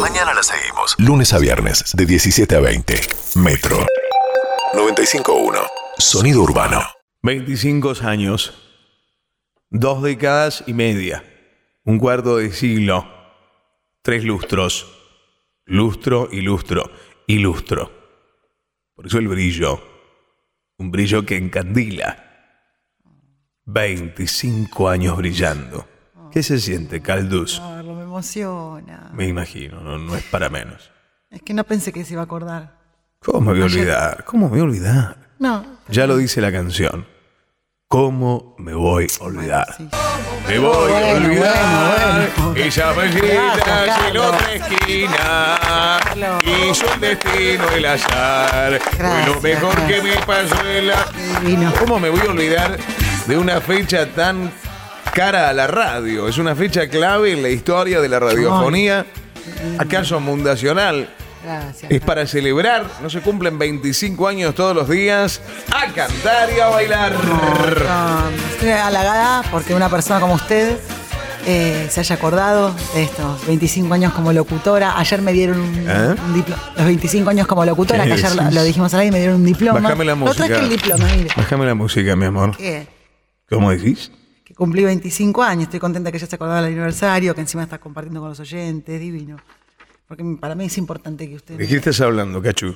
Mañana la seguimos. Lunes a viernes, de 17 a 20. Metro. 95.1. Sonido urbano. 25 años, dos décadas y media, un cuarto de siglo, tres lustros, lustro y lustro y lustro. Por eso el brillo, un brillo que encandila. 25 años brillando. ¿Qué se siente, Caldus? Carlos, me emociona. Me imagino, no, no es para menos. Es que no pensé que se iba a acordar. ¿Cómo me voy a olvidar? ¿Cómo me voy a olvidar? No. Ya lo dice la canción. ¿Cómo me voy a olvidar? Me voy a olvidar. Ella me Gracias, grita en Carlos. otra esquina. Carlos. Hizo el destino el azar. Fue lo Gracias, mejor que Carlos. me pasó en la. Divino. ¿Cómo me voy a olvidar de una fecha tan cara a la radio? Es una fecha clave en la historia de la radiofonía. ¿Acaso fundacional? Gracias. Es para celebrar, no se cumplen 25 años todos los días, a cantar y a bailar. No, no, Estoy halagada porque una persona como usted eh, se haya acordado de estos 25 años como locutora. Ayer me dieron un, ¿Eh? diploma. Los 25 años como locutora, ¿Qué que ayer lo, decís? lo dijimos al aire, me dieron un diploma. Bájame la música. No traje el diploma, mire. Bájame la música, mi amor. ¿Qué? ¿Cómo decís? Que cumplí 25 años, estoy contenta que ya se acordaba del aniversario, que encima está compartiendo con los oyentes, divino. Porque para mí es importante que usted... me- ¿De qué estás hablando, Cachu?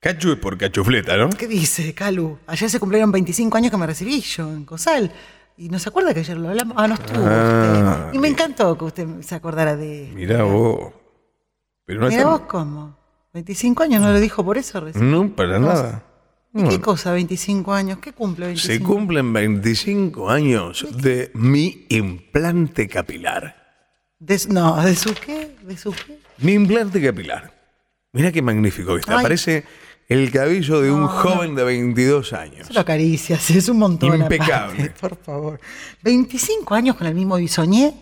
Cachu es por cachufleta, ¿no? ¿Qué dice, Calu? Ayer se cumplieron 25 años que me recibí yo en Cosal. Y no se acuerda que ayer lo hablamos. Ah, no estuvo Ah, usted. Y me encantó que usted se acordara de. Mirá vos. Pero no, Mira está- vos cómo. 25 años no lo dijo por eso recién. no para nada. ¿Y ¿Qué cosa, 25 años? ¿Qué cumple 25? Se cumplen 25 años de mi implante capilar. De su- no, ¿de su qué? ¿De su qué? Mi implante capilar. Mirá qué magnífico que está. Ay. Parece el cabello de un joven de 22 años. Se lo acaricia, sí, es un montón. aparte, Impecable. por favor. 25 años con el mismo bisoñé.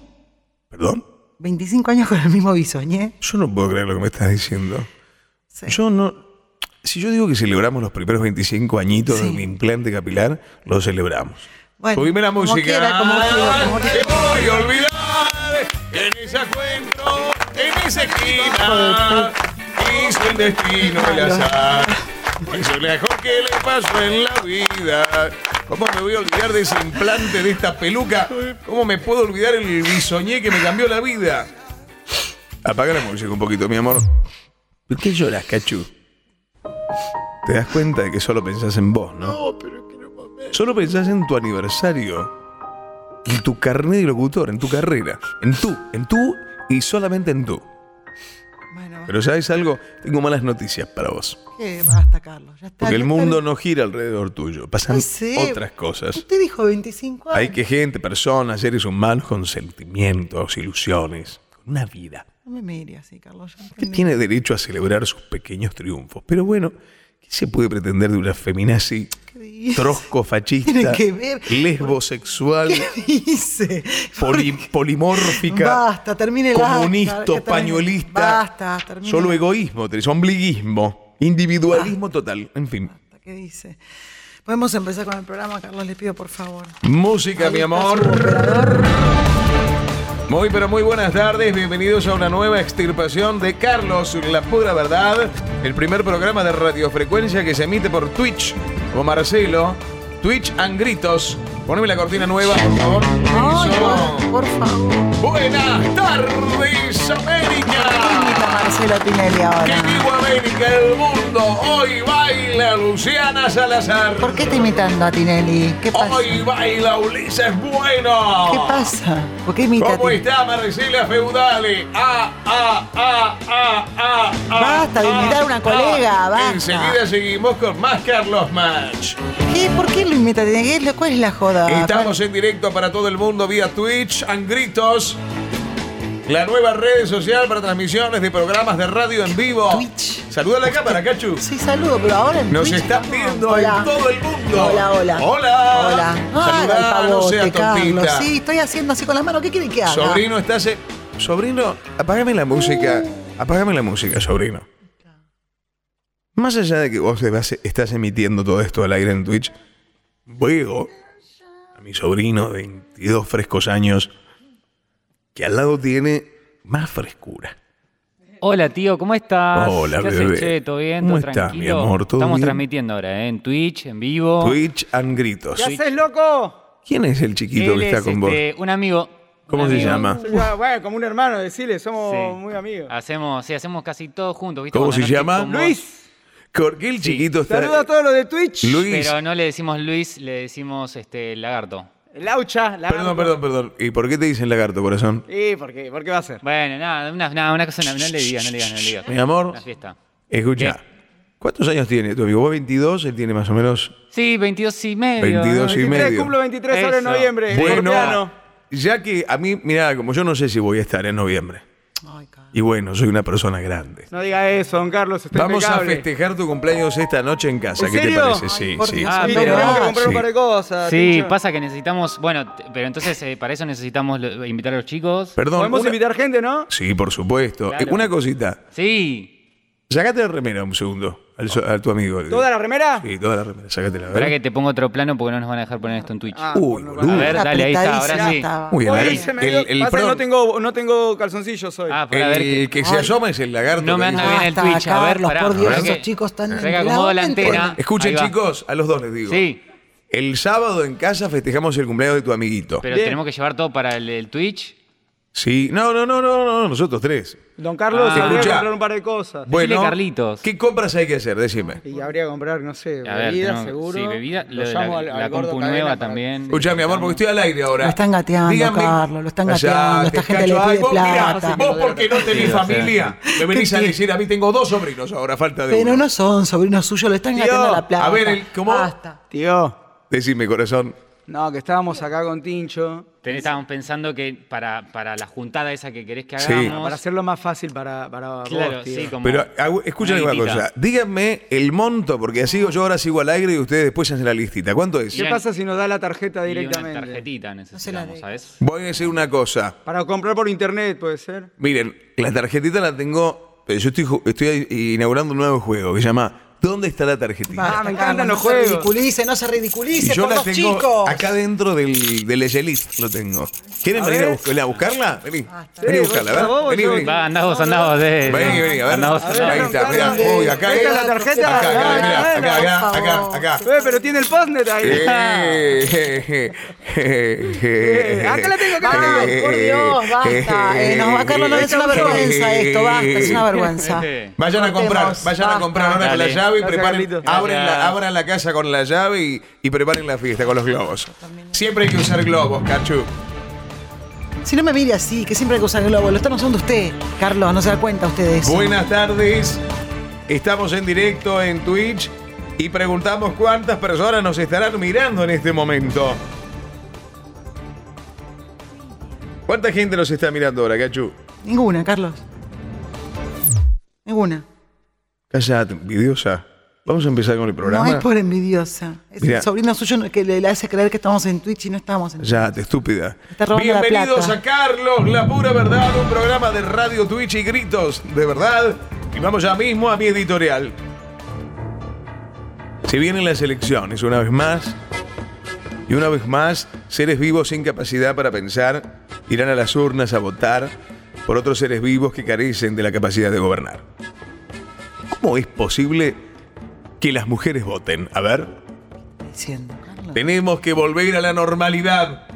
¿Perdón? 25 años con el mismo bisoñé. Yo no puedo creer lo que me estás diciendo. Sí. Yo no. Si yo digo que celebramos los primeros 25 añitos de Sí. mi implante capilar, lo celebramos. Bueno, Subime la como música. Ah, quiera, como quiera, como quiera. Te voy a olvidar en ese encuentro, en esa esquina. Hizo el destino el azar. Hizo lo mejor que le pasó en la vida. ¿Cómo me voy a olvidar de ese implante, de esta peluca? ¿Cómo me puedo olvidar el bisoñé que me cambió la vida? Apaga la música un poquito, mi amor. ¿Por qué lloras, Cachu? Te das cuenta de que solo pensás en vos, ¿no? Solo pensás en tu aniversario, en tu carnet de locutor, en tu carrera, en tú, en tú y solamente en tú. Bueno, Pero sabes algo, tengo malas noticias para vos. ¿qué? Basta, Carlos. Ya está, Porque el ya está. mundo no gira alrededor tuyo, pasan No sé. otras cosas. Usted dijo 25 años. Hay que gente, personas, seres humanos con sentimientos, ilusiones, con una vida. No me mire así, Carlos. ya que entendí. tiene derecho a celebrar sus pequeños triunfos. Pero bueno, ¿qué se puede pretender de una feminazi ¿Qué dice? trosco Tiene fascista, que ver. lesbosexual, ¿Qué dice? poli- polimórfica, Basta, termine el acta, comunista, que termine. pañuelista, Basta, termine solo el- Ah. egoísmo, tenés ombliguismo, individualismo total, en fin. ¿Qué dice? Podemos empezar con el programa, Carlos, le pido por favor. Música, mi amor. Muy, pero muy buenas tardes. Bienvenidos a una nueva extirpación de Carlos, la pura verdad. El primer programa de radiofrecuencia que se emite por Twitch o Marcelo. Twitch and gritos. Poneme la cortina nueva, por favor. No, Eso. no, por favor. Buenas tardes, Imita América. a Marcelo Tinelli ¿Qué ahora. digo, América? El mundo. Hoy baila Luciana Salazar. ¿Por qué está imitando a Tinelli? ¿Qué pasa? Hoy baila Ulises Bueno. ¿Qué pasa? ¿Por qué imita a ¿Cómo Tinelli? está Marcela Feudale? Ah, ah, ah, ah, ah, ah. Basta de imitar a una colega, basta. Enseguida seguimos con más Carlos Match. ¿Qué? ¿Por qué lo imita a Tinelli? ¿Qué- ¿Cuál es la joda? Estamos en directo para todo el mundo vía Twitch, Angritos. La nueva red social para transmisiones de programas de radio en vivo. Twitch. Saluda a la cámara, Cachu. Sí, saludo, pero ahora en Nos Twitch, están ¿cómo? viendo Hola. en todo el mundo. Hola, hola. Hola. Hola. Saludá, Haga el no pavote, seas Carlos. tontita. Sí, estoy haciendo así con la mano. ¿Qué quiere que haga? Sobrino, estás. en- Sobrino, apágame la música. Uh. Apágame la música, sobrino. Más allá de que vos te vas- estás emitiendo todo esto al aire en Twitch, veo a mi sobrino de 22 frescos años que al lado tiene más frescura. Hola tío, ¿cómo estás? Hola, ¿Qué haces, bebé. che? ¿Todo bien? ¿Cómo ¿Todo estás, tranquilo? mi amor? ¿Todo Estamos bien? transmitiendo ahora, ¿eh? en Twitch, en Oh. vivo. Twitch and gritos. ¿Qué haces, loco? ¿Quién es el chiquito Él que está es, con vos? este, Un amigo. ¿Cómo un se amigo. llama? Bueno, bueno, como un hermano, decirle, somos Sí. Oh, Ah, muy amigos. Hacemos, sí, hacemos casi todos juntos, ¿viste? ¿Cómo Cuando se no estoy llama? con vos. Luis, ¿Por qué el chiquito está? saluda eh, a todos los de Twitch. Luis. Pero no le decimos Luis, le decimos este lagarto. Laucha, la Perdón, perdón, perdón. ¿Y por qué te dicen lagarto, corazón? ¿Y por qué? ¿Por qué va a ser? Bueno, nada, una, nada, una cosa, no, no le digas, no le digas, no le digas. Mi amor. Una fiesta. Escucha. ¿Cuántos años tiene tu amigo? Vos 22, él tiene más o menos Sí, 22 y medio. 22 y 23, medio. cumplo 23 ahora en Eso. noviembre. Bueno, escorpiano. ya que a mí, mira, como yo no sé si voy a estar en noviembre. Ay, cara. Y bueno, soy una persona grande. No diga eso, don Carlos. Está Vamos a impecable. festejar tu cumpleaños esta noche en casa. ¿En ¿Qué te serio? parece? Ay, Sí, por sí. Dios. Ah, Sí, pero- tenemos que comprar un Sí. par de cosas. Sí, Tincho. pasa que necesitamos. Bueno, t- pero entonces eh, para eso necesitamos lo- invitar a los chicos. Perdón. Podemos una- invitar gente, ¿no? Sí, por supuesto. Claro. Eh, Una cosita. Sí. Sacate la remera un segundo al so- a tu amigo. ¿Toda la remera? Sí, toda la remera. Sácatela. a ver. Espera que te pongo otro plano porque no nos van a dejar poner esto en Twitch. Ah, Uy, bueno, boludo. a ver, dale, ahí está, ahora Apretadísima sí. estaba. Muy bien. Hoy ahí. se me dio- El, el pasa que pro- no tengo, no tengo calzoncillos hoy. Ah, para ver. el que se Ay. asoma es el lagarto. No me que anda dice- bien el Basta, Twitch. A ver, Carlos, pará, por Dios, pará esos que- chicos están Pará que acomodo la enterados. antena. Escuchen, Ahí va. chicos, a los dos les digo. Sí, El sábado en casa festejamos el cumpleaños de tu amiguito. pero Bien. tenemos que llevar todo para el, el Twitch. Sí, no, no, no, no, no, nosotros tres. Don Carlos, Ah. habría que Escuchá. comprar un par de cosas. Carlitos. ¿qué compras hay que hacer? Decime. Y habría que comprar, no sé, A ver, bebida, tenemos- seguro. Sí, bebida. Lo lo de llamo la al- al la gordo compu Cadena nueva para- también. Escucha, mi amor, porque estoy al aire ahora. Lo están gateando, Carlos, lo están gateando, esta gente le Cacho. Ay, pide vos, plata. vos porque no tenés Sí, o sea. familia, me venís a decir, a mí tengo dos sobrinos ahora, falta de Pero uno. no son sobrinos suyos, le están Tío, gateando la plata. a ver, el- ¿cómo? Basta. Tío, Decime, corazón. no, que estábamos acá con Tincho. Ten- Estábamos pensando que para, para la juntada esa que querés que Sí. hagamos. Para hacerlo más fácil para, para claro, vos, tío. sí, como. Pero hago- escúchame una guitita. cosa. Díganme el monto, porque así yo ahora sigo al aire y ustedes después hacen la listita. ¿Cuánto es? ¿Qué Bien. pasa si nos da la tarjeta Y una directamente? tarjetita la necesitamos, dé. ¿sabes? Voy a decir una cosa. Para comprar por internet, puede ser. Miren, la tarjetita la tengo. pero Yo estoy, ju- estoy inaugurando un nuevo juego que se llama ¿Dónde está la tarjetita? Basta, me encantan Carlos, los no juegos. se ridiculice, no se ridiculice Y yo por la los tengo chicos. acá dentro del, del Elite, lo tengo. ¿Quieren A venir a, ver. buscarla? a buscarla? Vení, vení Sí, a buscarla, vos, ¿verdad? vos, Vení, yo- vení. Va, andá vos, andá vos. eh. Vení, vení, a ver. Andá vos, A andá ver, Ahí vos. no, está, mirá. Carlos, Uy, acá esta es. es la tarjeta. Acá, acá, Dale, mirá, dale, acá, por acá, favor. acá, acá. Eh, pero tiene el postnet ahí. Ah, Eh, je, je, je, je, Acá la tengo, Carlos, je, por Dios, basta. Eh, no, Carlos, no, es una vergüenza eh, esto, basta, es una vergüenza. Vete. Vayan a comprar, Cortemos, vayan a comprar ahora con la Dale. llave y Gracias, preparen, Carlitos. abren la, Gracias. abran la casa con la llave y, y preparen la fiesta con los globos. Siempre hay que usar globos, cachu. Si no me mire así, que siempre hay que usar el globo, lo están usando usted, Carlos, no se da cuenta ustedes. Buenas tardes, estamos en directo en Twitch y preguntamos cuántas personas nos estarán mirando en este momento. ¿Cuánta gente nos está mirando ahora, cachu? Ninguna, Carlos. Ninguna. Cállate, envidiosa. Vamos a empezar con el programa. No es por envidiosa. Es Mirá. el sobrino suyo que le, le hace creer que estamos en Twitch y no estamos en Twitch. Ya, te estúpida. Está robando la Bienvenidos plata. a Carlos, la pura verdad, un programa de radio, Twitch y gritos, de verdad. Y vamos ya mismo a mi editorial. Se vienen las elecciones una vez más. Y una vez más, seres vivos sin capacidad para pensar irán a las urnas a votar por otros seres vivos que carecen de la capacidad de gobernar. ¿Cómo es posible que las mujeres voten? A ver. Diciendo, Carlos. Tenemos que volver a la normalidad.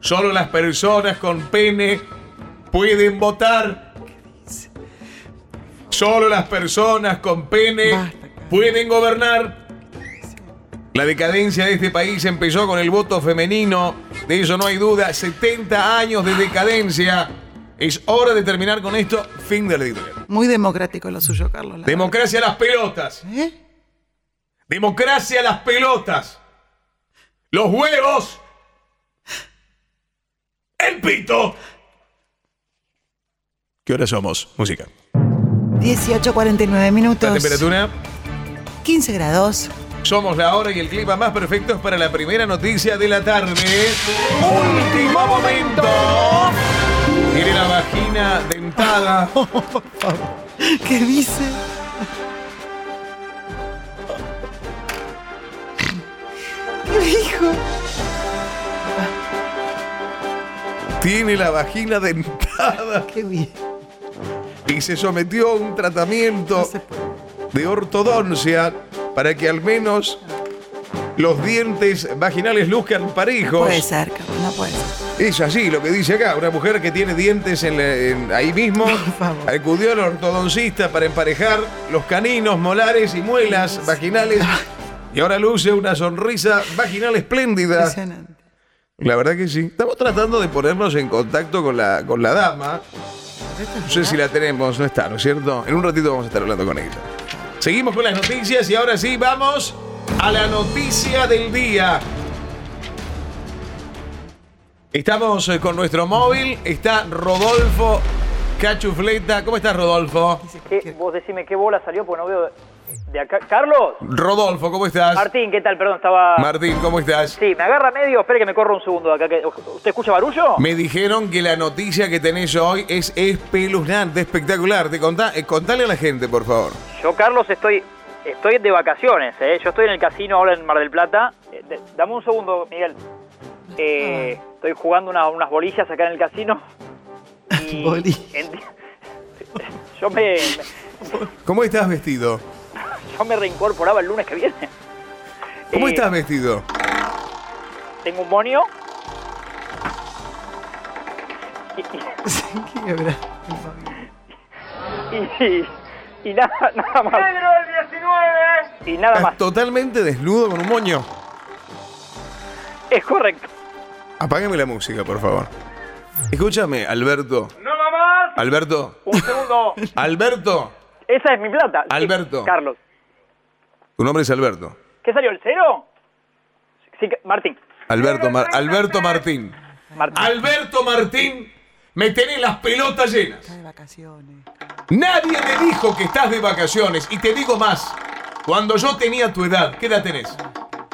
Solo las personas con pene pueden votar. Solo las personas con pene Basta, Carlos. pueden gobernar. La decadencia de este país empezó con el voto femenino, de eso no hay duda, 70 años de decadencia. Es hora de terminar con esto, fin del editorial. Muy democrático lo suyo, Carlos. la Democracia a las pelotas. verdad. ¿Eh? Democracia a las pelotas. Los huevos. El pito. ¿Qué hora somos? Música. 18, 49 minutos. La temperatura. 15 grados. Somos la hora y el clima más perfectos para la primera noticia de la tarde. Último momento. Tiene la vagina dentada. ¿Qué dice? ¿Qué dijo? Tiene la vagina dentada. Qué bien. y se sometió a un tratamiento de ortodoncia para que al menos los dientes vaginales luzcan parejos. Puede ser, cabrón, no puede ser. Es así lo que dice acá, una mujer que tiene dientes en la- en- ahí mismo favor. acudió al ortodoncista para emparejar los caninos, molares y muelas vaginales Ah. y ahora luce una sonrisa vaginal espléndida. Impresionante. La verdad que sí. Estamos tratando de ponernos en contacto con la, con la dama. No sé si la tenemos, no está, ¿no es cierto? En un ratito vamos a estar hablando con ella. Seguimos con las noticias y ahora sí vamos a la noticia del día. Estamos eh, con nuestro móvil, está Rodolfo Cachufleta. ¿Cómo estás, Rodolfo? ¿Qué- vos decime qué bola salió, porque no veo de acá. Carlos, Rodolfo, ¿cómo estás? Martín, ¿qué tal? Perdón, estaba... Martín, ¿cómo estás? sí, me agarra medio, espere que me corro un segundo de acá. que- ¿Usted escucha barullo? Me dijeron que la noticia que tenés hoy es espeluznante, espectacular. Te contá, eh, contale a la gente, por favor. Yo, Carlos, estoy estoy de vacaciones, ¿eh? Yo estoy en el casino ahora en Mar del Plata. Eh, de- dame un segundo, Miguel. Ah. Eh, estoy jugando una- unas bolillas acá en el casino. Y Boli. enti- yo, me, ¿Cómo estás vestido? yo me reincorporaba el lunes que viene. ¿Cómo Eh, estás vestido? Tengo un monio. Y- y- Sí, qué quebra. Por favor. y, y nada, nada más. Y nada más. Estás totalmente desnudo con un moño. Es correcto. Apágame la música, por favor. Escúchame, Alberto. ¡Nada más! Alberto. Un segundo. Alberto. Esa es mi plata. Alberto. Sí, Carlos. Tu nombre es Alberto. ¿Qué salió? ¿El cero? Sí, que- Martín. Alberto, Mar- Alberto Martín. Martín. Alberto Martín, me tenés las pelotas llenas. Está de vacaciones. Nadie me dijo que estás de vacaciones. Y te digo más. Cuando yo tenía tu edad, ¿qué edad tenés?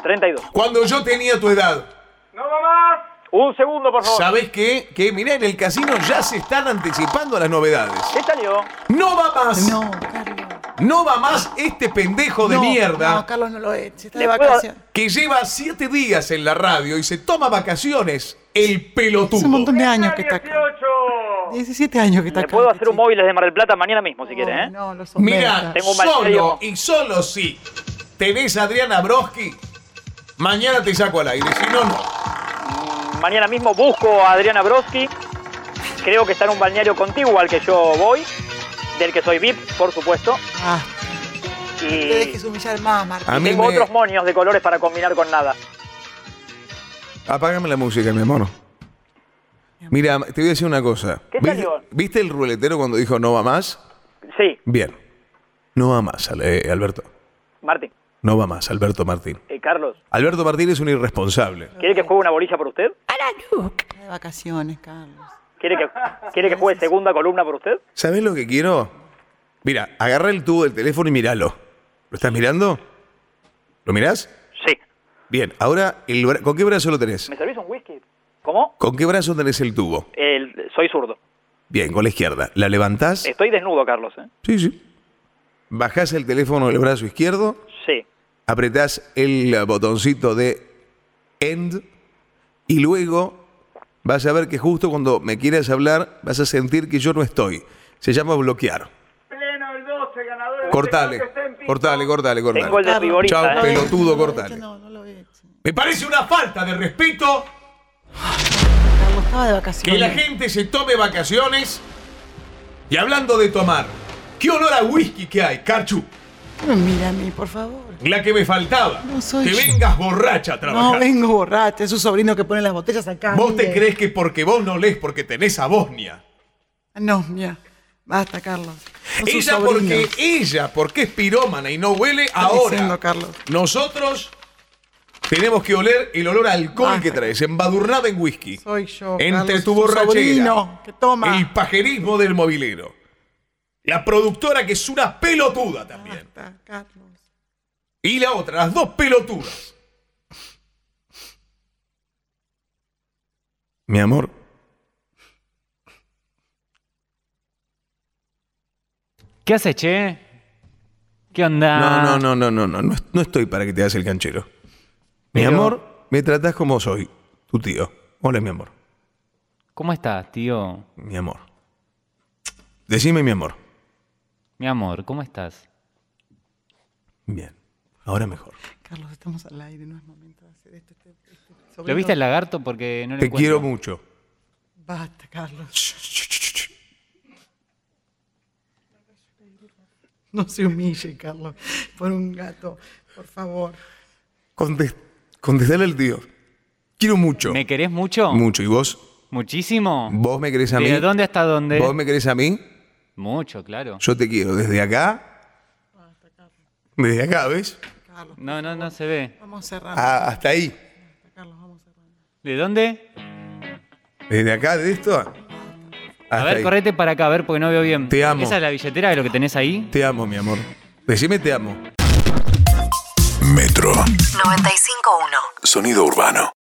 32. Cuando yo tenía tu edad, Un segundo, por favor. ¿sabés qué? Que mirá, en el casino ya se están anticipando a las novedades. ¿Qué salió? No va más. No, Carlos. No va más este pendejo de no, mierda No, Carlos no lo es. Si está de ¿Le puedo- vacaciones. que lleva siete días en la radio y se toma vacaciones. El Hace un pelotudo. montón de años que está acá. 17 años que está Le acá. puedo este hacer un chico. móvil desde Mar del Plata mañana mismo, si quiere, No, ¿eh? No, los Mira, Mira, Tengo un mal solo genio. y solo si tenés a Adriana Broski, mañana te saco al aire. Si no, no. Mañana mismo busco a Adriana Broski. Creo que está en un balneario contiguo al que yo voy. Del que soy VIP, por supuesto. Ah, Y... no te dejes humillar más, Martín. A mí Tengo me- otros monios de colores para combinar con nada. Apágame la música, mi amor. Mira, te voy a decir una cosa. ¿Qué ¿Viste- salió? ¿Viste el ruletero cuando dijo no va más? Sí, Bien. No va más, Al- eh, Alberto. Martín. No va más, Alberto Martín. Eh, Carlos, Alberto Martín es un irresponsable. ¿quiere que juegue una bolilla por usted? Está de vacaciones, Carlos. ¿Quiere que, ¿quiere que juegue segunda columna por usted? ¿Sabes lo que quiero? Mira, agarra el tubo del teléfono y míralo. ¿Lo estás mirando? ¿Lo mirás? Sí. Bien, ahora, el bra- ¿con qué brazo lo tenés? ¿Me servís un whisky? ¿Cómo? ¿Con qué brazo tenés el tubo? El- soy zurdo. Bien, con la izquierda. ¿La levantás? Estoy desnudo, Carlos. ¿eh? Sí, sí. Bajás el teléfono del brazo izquierdo, Sí. apretás el botoncito de end y luego vas a ver que justo cuando me quieras hablar vas a sentir que yo no estoy. Se llama bloquear. Cortale, cortale, cortale, cortale. Tengo el de Chao, rigorista. ¿eh? pelo. Pelotudo, No, no, cortale. No, no lo ve. Me parece una falta de respeto Carlos estaba de vacaciones. que la gente se tome vacaciones. Y hablando de tomar, ¿qué olor a whisky que hay, Carchu? No me mira a mí, por favor. La que me faltaba. No soy que yo. vengas borracha a trabajar. No vengo borracha, es su sobrino que pone las botellas acá. Vos te mire. crees que porque vos no lees, porque tenés a Bosnia. Ah, No, mira. Basta, Carlos. Son sus Ella porque, sobrinos. ella porque es pirómana y no huele, Está ahora diciendo, Carlos. nosotros tenemos que oler el olor a alcohol Basta. que traes, embadurnada en whisky. Ah. Soy yo, Entre Carlos, tu su borrachera, sobrino, que toma. el pajerismo del mobilero, la productora que es una pelotuda también, Basta, Carlos. y la otra, las dos pelotudas. Mi amor. ¿Qué haces, che? ¿Qué onda? No, no, no, no, no, no, no, no estoy para que te hagas el canchero. Mi Pero- amor, me tratás como soy, tu tío. Hola, mi amor. ¿Cómo estás, tío? Mi amor. Decime mi amor. Mi amor, ¿cómo estás? Bien. Ahora mejor. Carlos, estamos al aire, no es momento de hacer esto. este- este ¿Lo sobrino- viste el lagarto? Porque no lo Te encuentro. quiero mucho. Basta, Carlos. No se humille, Carlos, por un gato, por favor. Contes- Contestale al tío. Quiero mucho. ¿Me querés mucho? Mucho. ¿Y vos? ¿Muchísimo? ¿Vos me querés a mí? ¿De dónde hasta dónde? ¿Vos me querés a mí? Mucho, claro. Yo te quiero. Desde acá. Desde acá, ¿ves? Carlos, No, no, no se ve. vamos cerrando, Ah, hasta ahí. Carlos, vamos cerrando. ¿De dónde? Desde acá, de esto. Hasta A ver, ahí. correte para acá, a ver, porque no veo bien. Te amo. ¿Esa es la billetera de lo que tenés ahí? Te amo, mi amor. Decime te amo. Metro. 951. Sonido urbano.